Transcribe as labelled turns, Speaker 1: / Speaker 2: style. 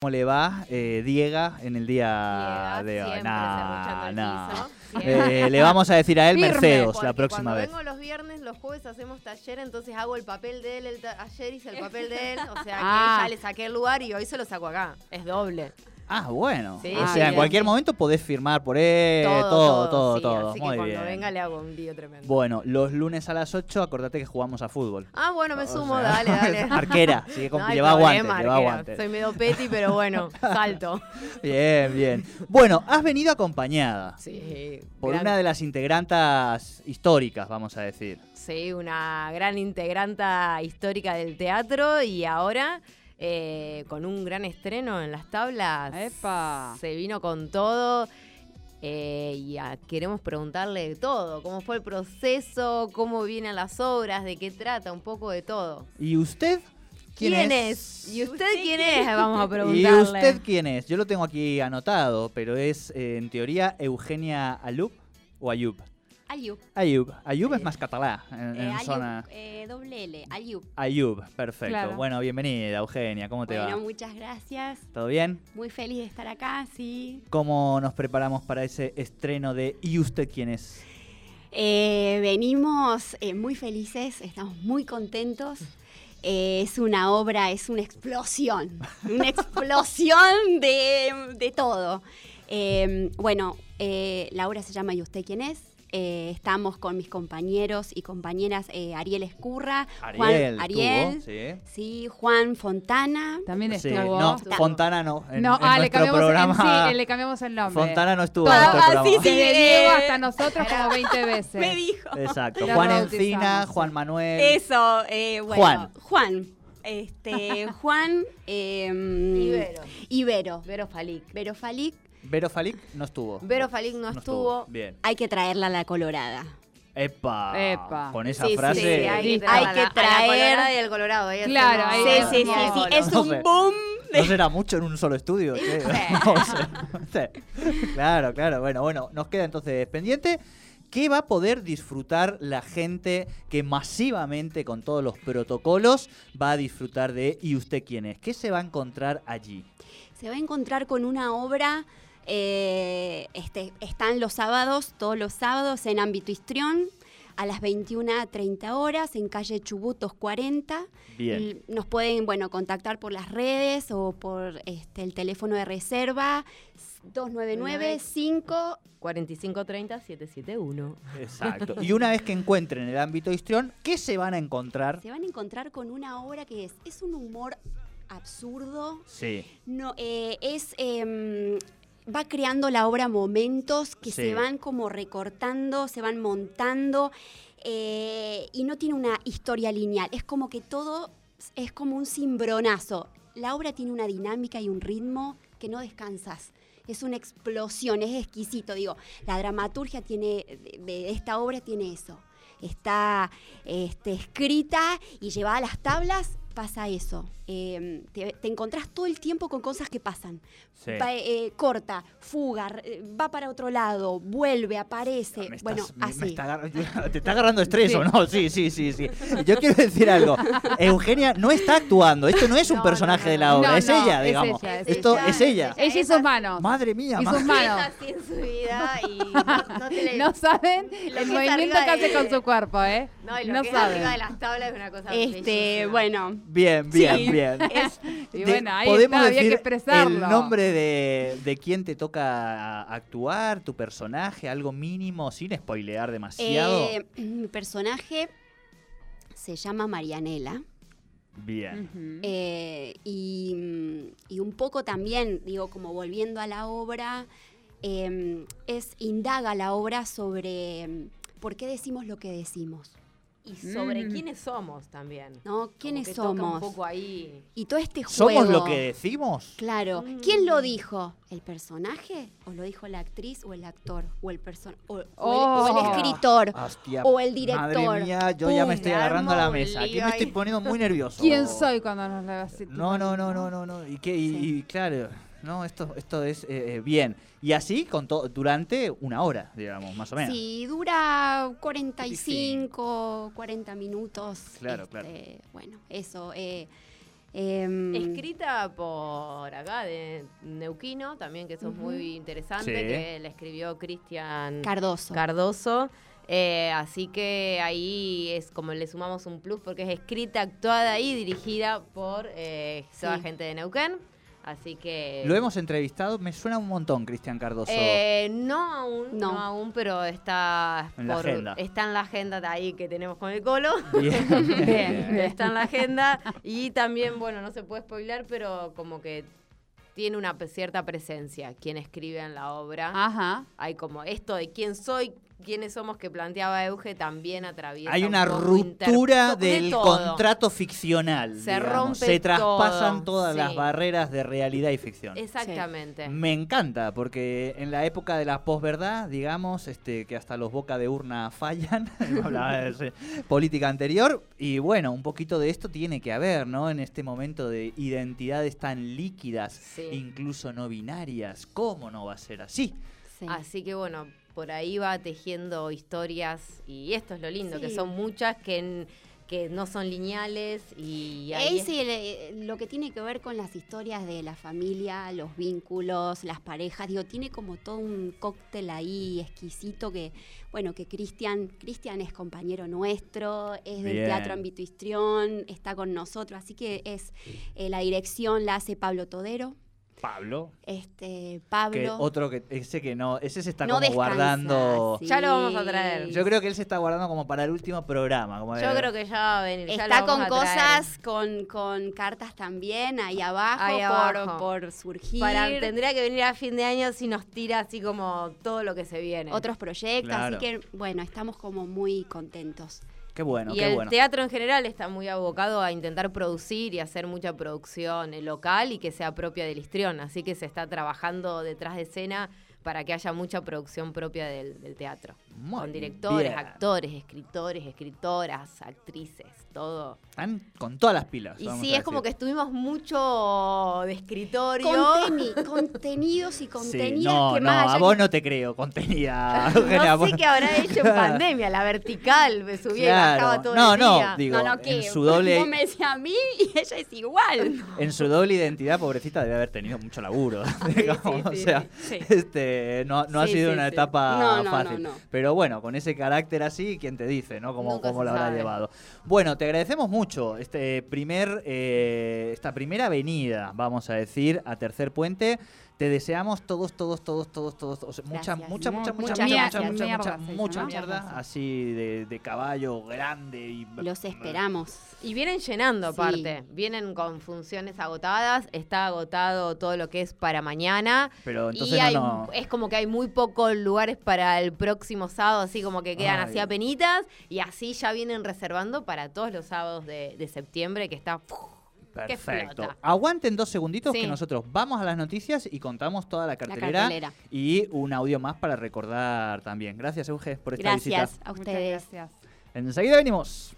Speaker 1: ¿Cómo le va eh, Diega en el día
Speaker 2: Diega,
Speaker 1: de hoy?
Speaker 2: siempre serruchando el
Speaker 1: Nah,
Speaker 2: piso,
Speaker 1: nah.
Speaker 2: siempre.
Speaker 1: Eh, le vamos a decir a él
Speaker 2: Firme,
Speaker 1: Mercedes
Speaker 2: porque
Speaker 1: la próxima
Speaker 2: cuando
Speaker 1: vez.
Speaker 2: vengo los viernes, los jueves hacemos taller, entonces hago el papel de él, el ta- ayer hice el papel de él, o sea que
Speaker 3: Ah.
Speaker 2: ya le saqué el lugar y hoy se lo saco acá.
Speaker 3: Es doble.
Speaker 1: Ah, bueno.
Speaker 2: Sí,
Speaker 1: o
Speaker 3: sí,
Speaker 1: sea, en
Speaker 3: sí.
Speaker 1: cualquier momento podés firmar por
Speaker 2: Eh,
Speaker 1: él, todo, todo, todo.
Speaker 2: sí, Así
Speaker 1: Muy
Speaker 2: que
Speaker 1: bien.
Speaker 2: cuando venga le hago un lío tremendo.
Speaker 1: Bueno, los lunes a las 8, acordate que jugamos a fútbol.
Speaker 2: ah, bueno, me sumo,
Speaker 1: O sea,
Speaker 2: dale, dale.
Speaker 1: Arquera, así que
Speaker 2: No hay
Speaker 1: lleva
Speaker 2: problema,
Speaker 1: guantes, lleva
Speaker 2: arquera.
Speaker 1: guantes.
Speaker 2: Soy medio peti, pero bueno, salto.
Speaker 1: Bien, bien. Bueno, has venido acompañada
Speaker 2: Sí,
Speaker 1: por
Speaker 2: gran-
Speaker 1: una de las integrantas históricas, vamos a decir.
Speaker 2: Sí, una gran integranta histórica del teatro y ahora eh, con un gran estreno en las tablas.
Speaker 3: ¡Epa!
Speaker 2: Se vino con todo. eh, y a- queremos preguntarle de todo, cómo fue el proceso, cómo vienen las obras, de qué trata, un poco de todo.
Speaker 1: ¿Y usted? ¿Quién,
Speaker 2: es? ¿Y usted quién es? Vamos a
Speaker 1: ¿Y
Speaker 2: preguntarle.
Speaker 1: usted quién es? Yo lo tengo aquí anotado, pero es eh, en teoría Eugenia Alup o Ayub.
Speaker 4: Aliup.
Speaker 1: Ayub. Ayub es más catalá en,
Speaker 4: Eh,
Speaker 1: en
Speaker 4: Aliup,
Speaker 1: zona.
Speaker 4: eh, doble L. Aliup.
Speaker 1: Ayub, perfecto.
Speaker 3: Claro.
Speaker 1: Bueno, bienvenida Eugenia, ¿cómo te
Speaker 4: Bueno,
Speaker 1: va?
Speaker 4: muchas gracias.
Speaker 1: ¿Todo bien?
Speaker 4: Muy feliz de estar acá, sí.
Speaker 1: ¿Cómo nos preparamos para ese estreno de ¿Y usted quién es?
Speaker 4: Eh, venimos eh, muy felices, estamos muy contentos. Eh, es una obra, es una explosión, una explosión de, de todo. Eh, bueno, eh, la obra se llama ¿Y usted quién es? Eh, estamos con mis compañeros y compañeras eh, Ariel Escurra,
Speaker 1: Ariel.
Speaker 4: Juan Ariel,
Speaker 1: tuvo, sí.
Speaker 4: sí, Juan Fontana,
Speaker 3: También
Speaker 1: Sí,
Speaker 3: estuvo.
Speaker 1: no, Fontana no. En,
Speaker 3: No,
Speaker 1: en
Speaker 3: ah, le
Speaker 1: nuestro
Speaker 3: cambiamos,
Speaker 1: programa.
Speaker 3: en sí, eh, le cambiamos el nombre.
Speaker 1: Fontana no estuvo en
Speaker 4: Ah,
Speaker 1: nuestro
Speaker 4: sí,
Speaker 1: programa.
Speaker 4: sí.
Speaker 3: Desde
Speaker 4: Sí.
Speaker 2: eh,
Speaker 3: Diego hasta nosotros como 20 veces.
Speaker 4: me dijo.
Speaker 1: Exacto.
Speaker 3: La
Speaker 1: Juan
Speaker 3: rebautizamos,
Speaker 1: Encina,
Speaker 3: sí.
Speaker 1: Juan Manuel.
Speaker 4: Eso, eh, bueno.
Speaker 1: Juan.
Speaker 4: Juan. Este, Juan. em,
Speaker 2: Ibero.
Speaker 4: Ibero.
Speaker 2: Vero Falic.
Speaker 4: Vero Falic,
Speaker 1: Vero Falic no estuvo.
Speaker 2: Vero Falic no, estuvo.
Speaker 1: Bien.
Speaker 4: hay que traerla a la colorada.
Speaker 1: Epa.
Speaker 3: Epa.
Speaker 1: Con esa
Speaker 4: Sí, sí,
Speaker 1: frase.
Speaker 2: Sí, hay que
Speaker 3: Hay
Speaker 2: traer.
Speaker 4: que
Speaker 2: A la
Speaker 4: traer-
Speaker 2: Colorada y el Colorado. ahí
Speaker 3: Claro,
Speaker 2: hacemos-
Speaker 3: ahí
Speaker 4: sí,
Speaker 3: vamos.
Speaker 4: sí, sí, sí. Es
Speaker 1: No
Speaker 4: un
Speaker 1: sé.
Speaker 4: boom.
Speaker 1: No será mucho en un solo estudio. che. No sé. Sí. Claro, claro. Bueno, bueno, nos queda entonces pendiente. ¿Qué va a poder disfrutar la gente que masivamente con todos los protocolos va a disfrutar de ¿Y usted quién es? ¿Qué se va a encontrar allí?
Speaker 4: Se va a encontrar con una obra. eh, este, están los sábados, todos los sábados en ámbito histrión, a las 21.30 horas, en calle Chubutos 40.
Speaker 1: Bien.
Speaker 4: L- Nos pueden, bueno, contactar por las redes o por este, el teléfono de reserva 299-5.
Speaker 2: 4530-771.
Speaker 1: Exacto. Y una vez que encuentren el ámbito histrión, ¿qué se van a encontrar?
Speaker 4: Se van a encontrar con una obra que es, es un humor absurdo,
Speaker 1: Sí.
Speaker 4: no, eh, es... em, Va creando la obra momentos que
Speaker 1: Sí.
Speaker 4: se van como recortando, se van montando eh, y no tiene una historia lineal. Es como que todo es como un cimbronazo. La obra tiene una dinámica y un ritmo que no descansas. Es una explosión, es exquisito. Digo, la dramaturgia tiene, de- de esta obra tiene eso. Está este, escrita y llevada a las tablas, pasa eso. Eh, te, te encontrás todo el tiempo con cosas que pasan.
Speaker 1: Sí.
Speaker 4: Va, eh, corta, fuga, eh, va para otro lado, vuelve, aparece.
Speaker 1: Ah, Me estás-
Speaker 4: bueno,
Speaker 1: me- me
Speaker 4: así.
Speaker 1: está agarra- te está agarrando estrés, ¿o
Speaker 3: Sí.
Speaker 1: no? Sí, sí, sí, sí. Yo quiero decir algo. Eugenia no está actuando. Esto no es un
Speaker 2: No,
Speaker 1: personaje
Speaker 2: no,
Speaker 1: de la
Speaker 3: no.
Speaker 1: obra.
Speaker 3: No,
Speaker 1: es
Speaker 3: no,
Speaker 1: ella,
Speaker 3: es
Speaker 1: digamos.
Speaker 3: ella, es
Speaker 1: Esto
Speaker 2: ella.
Speaker 1: es ella.
Speaker 3: Ella y sus manos.
Speaker 1: Madre mía,
Speaker 3: y
Speaker 1: ma-
Speaker 3: sus manos.
Speaker 2: así en su vida y no, no te le-
Speaker 3: No saben
Speaker 2: que
Speaker 3: el
Speaker 2: es
Speaker 3: movimiento
Speaker 2: arriba
Speaker 3: que hace
Speaker 2: de-
Speaker 3: con su cuerpo, ¿eh?
Speaker 2: No, y lo
Speaker 3: no
Speaker 2: que es
Speaker 3: saben.
Speaker 2: arriba de las tablas es una cosa
Speaker 4: Este,
Speaker 2: bellísima.
Speaker 4: bueno,
Speaker 1: Bien, bien,
Speaker 4: Sí.
Speaker 1: bien.
Speaker 3: Y
Speaker 1: De-
Speaker 3: bueno, ahí
Speaker 1: podemos
Speaker 3: está, había
Speaker 1: decir
Speaker 3: que expresarlo.
Speaker 1: el nombre de, de quién te toca actuar, tu personaje, algo mínimo, sin spoilear demasiado.
Speaker 4: eh, mi personaje se llama Marianela.
Speaker 1: Bien.
Speaker 3: Ujú.
Speaker 4: Eh, y, mm, y un poco también, digo, como volviendo a la obra, eh, es indaga la obra sobre mm, por qué decimos lo que decimos,
Speaker 2: Y sobre
Speaker 3: Mm.
Speaker 2: quiénes somos también.
Speaker 4: ¿no? ¿Quiénes
Speaker 2: Como que toca
Speaker 4: somos?
Speaker 2: Un poco ahí.
Speaker 4: Y todo este juego.
Speaker 1: ¿Somos lo que decimos?
Speaker 4: Claro.
Speaker 2: Mm.
Speaker 4: ¿Quién lo dijo? ¿El personaje? ¿O lo dijo la actriz o el actor? ¿O el, person o, o el- o el
Speaker 3: Oh.
Speaker 4: escritor?
Speaker 1: Hostia,
Speaker 4: O el director.
Speaker 1: Madre mía, yo ya me
Speaker 4: Pum.
Speaker 1: estoy
Speaker 2: Le armo
Speaker 1: agarrando a la
Speaker 2: un
Speaker 1: mesa. Aquí
Speaker 2: lío
Speaker 1: me estoy
Speaker 2: ahí.
Speaker 1: poniendo muy nervioso.
Speaker 3: ¿Quién soy cuando nos la así,
Speaker 1: No, no, no, no, no, no. Y, qué? y, y claro, no, esto, esto es eh, eh, bien. Y así con to- durante una hora, digamos, más o menos.
Speaker 4: Sí, dura 45, 40 minutos.
Speaker 1: Claro, claro.
Speaker 4: este, Bueno, eso. eh, Em,
Speaker 2: Escrita por acá de Neuquino, también que eso es muy interesante,
Speaker 1: Sí.
Speaker 2: que la escribió Cristian
Speaker 4: Cardoso.
Speaker 2: Cardoso. Eh, así que ahí es como le sumamos un plus porque es escrita, actuada y dirigida por eh, toda
Speaker 4: Sí.
Speaker 2: gente de Neuquén. Así que...
Speaker 1: Lo hemos entrevistado, me suena un montón, Cristian Cardoso.
Speaker 2: Eh, no aún, no.
Speaker 4: No.
Speaker 2: aún, pero está,
Speaker 1: En la agenda.
Speaker 2: está en la agenda de ahí que tenemos con el colo.
Speaker 1: Bien, bien.
Speaker 2: está en la agenda y también, bueno, no se puede spoiler, pero como que tiene una pe- cierta presencia quien escribe en la obra.
Speaker 4: Ah.
Speaker 3: Ajá.
Speaker 2: Hay como esto de quién soy, quiénes somos que planteaba Euge también atraviesa.
Speaker 1: Hay
Speaker 2: un
Speaker 1: una
Speaker 2: poco
Speaker 1: ruptura
Speaker 2: interp- de
Speaker 1: del
Speaker 2: todo.
Speaker 1: contrato ficcional.
Speaker 2: Se
Speaker 1: digamos.
Speaker 2: rompe
Speaker 1: Se traspasan
Speaker 2: todo,
Speaker 1: todas
Speaker 2: sí.
Speaker 1: las barreras de realidad y ficción.
Speaker 2: Exactamente.
Speaker 1: Me encanta, porque en la época de la posverdad, digamos, este, que hasta los boca de urna fallan, hablaba de ese- política anterior, y bueno, un poquito de esto tiene que haber, ¿no? En este momento de identidades tan líquidas,
Speaker 2: Sí.
Speaker 1: incluso no binarias, ¿cómo no va a ser así?
Speaker 4: Sí.
Speaker 2: Así que bueno, por ahí va tejiendo historias y esto es lo lindo, que
Speaker 4: Sí.
Speaker 2: son muchas que, en- que no son lineales y ahí
Speaker 4: Ahí
Speaker 2: es-
Speaker 4: sí, le- lo que tiene que ver con las historias de la familia, los vínculos, las parejas, digo, tiene como todo un cóctel ahí exquisito que, bueno, que Cristian, Cristian es compañero nuestro, es del
Speaker 1: Bien.
Speaker 4: Teatro Ámbito Histrión, está con nosotros, así que es, eh, la dirección la hace Pablo Todero,
Speaker 1: Pablo.
Speaker 4: este,
Speaker 1: Que
Speaker 4: Pablo.
Speaker 1: otro que ese que no, ese se está
Speaker 4: no
Speaker 1: como
Speaker 4: descansa,
Speaker 1: guardando.
Speaker 4: sí.
Speaker 2: Ya lo vamos a traer.
Speaker 1: Yo creo que él se está guardando como para el último programa. como
Speaker 2: yo
Speaker 1: de-
Speaker 2: creo que ya va a venir. ya
Speaker 4: Está
Speaker 2: lo vamos
Speaker 4: con
Speaker 2: a traer.
Speaker 4: cosas, con, con cartas también, ahí abajo,
Speaker 2: Ahí
Speaker 4: por-
Speaker 2: abajo.
Speaker 4: Por, surgir.
Speaker 2: Para, tendría que venir a fin de año si nos tira así como todo lo que se viene.
Speaker 4: otros proyectos,
Speaker 1: Claro.
Speaker 4: así que bueno, estamos como muy contentos.
Speaker 1: Qué bueno,
Speaker 2: y
Speaker 1: qué
Speaker 2: el
Speaker 1: bueno.
Speaker 2: teatro en general está muy abocado a intentar producir y hacer mucha producción eh, local y que sea propia del histrión. Así que se está trabajando detrás de escena para que haya mucha producción propia del, del teatro.
Speaker 1: Muy
Speaker 2: con directores,
Speaker 1: bien.
Speaker 2: actores, escritores, escritoras, actrices, todo.
Speaker 1: Están con todas las pilas.
Speaker 2: Y
Speaker 1: vamos
Speaker 2: sí,
Speaker 1: a
Speaker 2: es como que
Speaker 1: decir.
Speaker 2: estuvimos mucho de escritorio.
Speaker 4: Conteni- contenidos y
Speaker 1: Sí,
Speaker 4: contenidas
Speaker 1: no,
Speaker 4: que
Speaker 1: no,
Speaker 4: más allá
Speaker 1: a vos
Speaker 4: que-
Speaker 1: no te creo, contenida. Eugenia,
Speaker 2: No
Speaker 1: vos-
Speaker 2: sé qué habrá hecho en pandemia, la vertical, me subía y bajaba
Speaker 1: Claro.
Speaker 2: todo
Speaker 1: No,
Speaker 2: el
Speaker 1: no,
Speaker 2: día.
Speaker 1: digo, en
Speaker 4: que
Speaker 1: su doble-
Speaker 4: vos me decís a mí y ella es igual.
Speaker 1: En su doble identidad, pobrecita, debe haber tenido mucho laburo. digamos,
Speaker 2: sí,
Speaker 1: o
Speaker 2: sí,
Speaker 1: sea,
Speaker 2: sí, sí.
Speaker 1: este, no, no ha
Speaker 2: Sí,
Speaker 1: sido
Speaker 2: sí,
Speaker 1: una
Speaker 2: sí.
Speaker 1: etapa
Speaker 4: No, no,
Speaker 1: fácil.
Speaker 4: no, no.
Speaker 1: Pero bueno, con ese carácter así, ¿quién te dice, no? Cómo,
Speaker 2: Nunca
Speaker 1: cómo
Speaker 2: se
Speaker 1: lo habrá
Speaker 2: sabe.
Speaker 1: llevado. Bueno, te agradecemos mucho este primer, eh, esta primera venida, vamos a decir, a Tercer Puente. Te deseamos todos, todos, todos, todos, todos, o sea, mucha,
Speaker 4: Gracias.
Speaker 1: mucha, mucha,
Speaker 4: Mu-
Speaker 1: mucha, mucha,
Speaker 4: muchas
Speaker 1: mucha, mucha,
Speaker 4: gracias.
Speaker 1: mucha,
Speaker 3: Mierda, se dice,
Speaker 1: mucha
Speaker 3: ¿no?
Speaker 1: mierda, así de, de caballo grande y
Speaker 4: Los esperamos.
Speaker 2: Y vienen llenando
Speaker 4: Sí.
Speaker 2: aparte, vienen con funciones agotadas, está agotado todo lo que es para mañana.
Speaker 1: Pero entonces
Speaker 2: y
Speaker 1: no,
Speaker 2: hay-
Speaker 1: no-
Speaker 2: es como que hay muy pocos lugares para el próximo sábado, así como que quedan
Speaker 1: Ay.
Speaker 2: así apenitas y así ya vienen reservando para todos los sábados de, de septiembre que está... que
Speaker 1: Perfecto.
Speaker 2: explota.
Speaker 1: Aguanten dos segunditos
Speaker 2: Sí.
Speaker 1: que nosotros vamos a las noticias y contamos toda la cartelera,
Speaker 4: cartelera.
Speaker 1: y un audio más para recordar también. Gracias, Euge, por esta
Speaker 4: Gracias
Speaker 1: visita.
Speaker 4: a
Speaker 3: Muchas
Speaker 4: ustedes.
Speaker 3: gracias.
Speaker 1: Enseguida venimos.